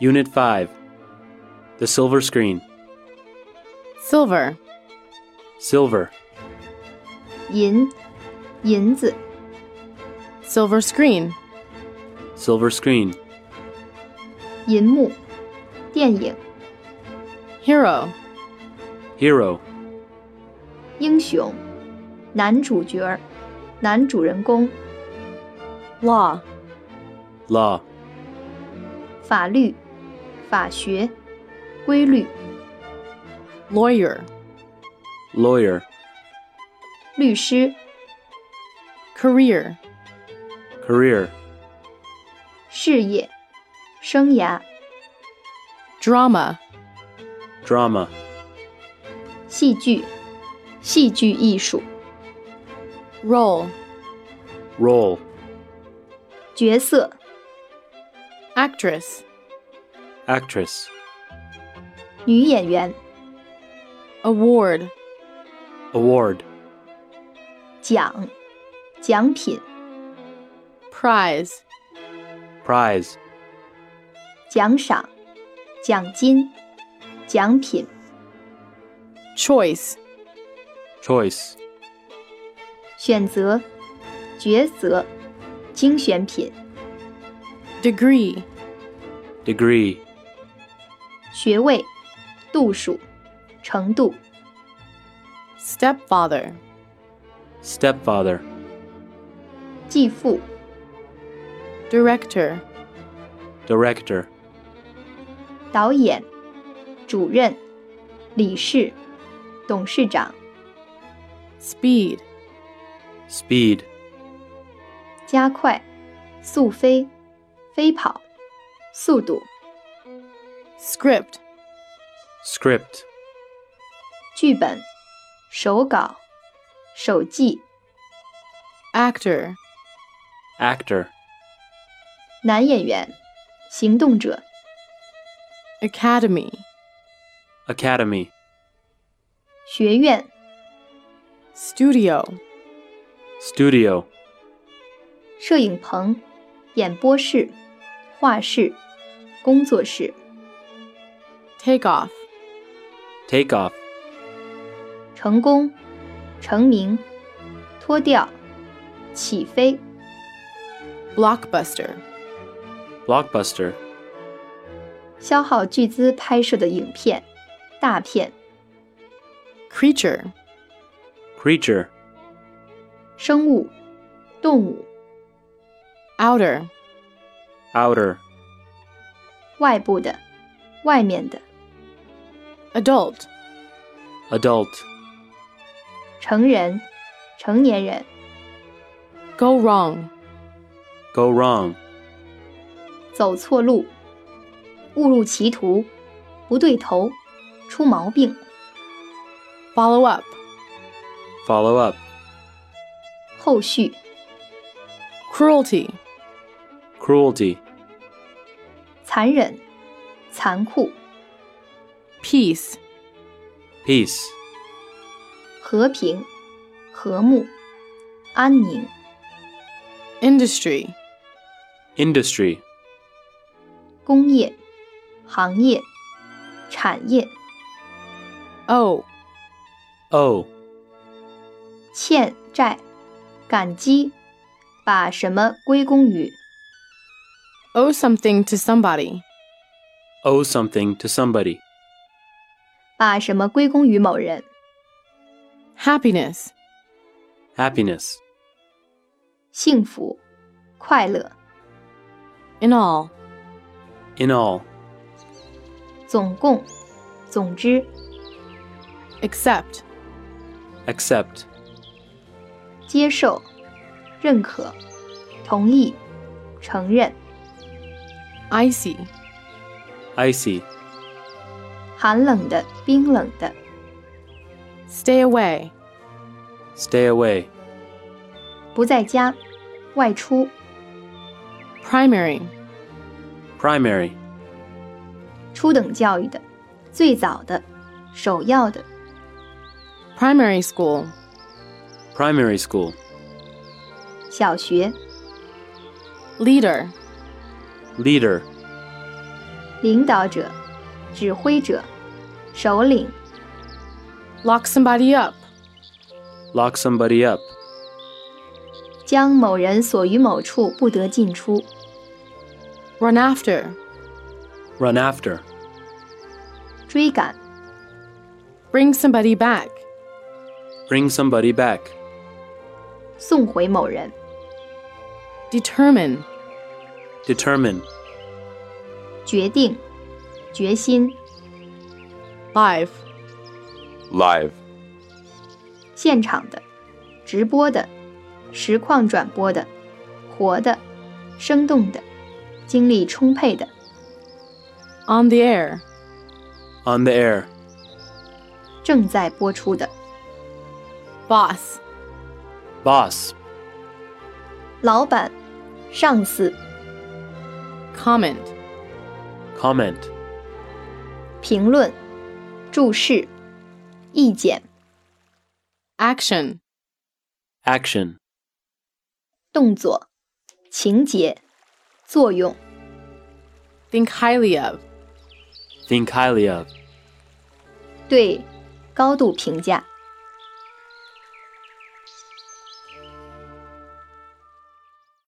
Unit 5 The Silver Screen silver, Silver 银，银子， silver screen, Silver Screen 银幕，电影， hero, Hero 英雄，男主角儿，男主人公， law, Law 法律，法学，规律， lawyer, Lawyer 律师， career, Career 事业，生涯， drama, Drama 戏剧，戏剧艺术， role, Role 角色， actress, Actress 女演员， award, Award 奖，奖品， prize, Prize 奖赏，奖金，奖品， choice, Choice 选择，抉择，精选品， degree, Degree 学位，度数，程度。 stepfather, Stepfather 继父、 director, Director 导演、主任、理事、董事长、 speed, Speed 加快、速飞、飞跑、速度、 script, Script 剧本、手稿、手记、 actor, Actor 男演员、行动者、 academy, Academy 学院、 studio, Studio 摄影棚、演播室、画室、工作室、 takeoff, Takeoff 成功、成名、脱掉、起飞、 blockbuster, Blockbuster 消耗巨资拍摄的影片、大片。 creature, Creature 生物、动物、 outer, Outer 外部的、外面的、 adult, Adult 成人、成年人、 go wrong, Go Wrong 走错路、误入歧途、不对头、出毛病、 follow up, Follow Up 后续、 cruelty, Cruelty 残忍、残酷、 peace, Peace 和平、和睦、安宁、 industry, Industry 工业、行业、产业、 O, O 欠债、感激，把什么归功于 owe something to somebody, Owe something to somebody 把什么归功于某人。 happiness, Happiness 幸福、快乐、 in all, In all 总共、总之、 except, Accept 接受、认可、同意、承认、 icy, Icy 寒冷的、冰冷的、 stay away, Stay away 不在家、外出、 primary, Primary 初等教育的、最早的、首要的、 primary school, Primary school 小学、 leader, Leader 领导者、指挥者、首领、 Lock somebody up. Lock somebody up. 将某人锁于某处，不得进出。 Run after. Run after. 追赶、 Bring somebody back. Bring somebody back. 送回某人。 Determine. Determine. 决定、决心、 Live. live, 现场的、直播的、实况转播的、活的、生动的、精力充沛的、 On the air. On the air. 正在播出的。 Boss. Boss. 老板、上司、 Comment. Comment. 评论、注释、意见、 Action. Action. 动作、情节、作用、 Think highly of. Think highly of. 对高度评价。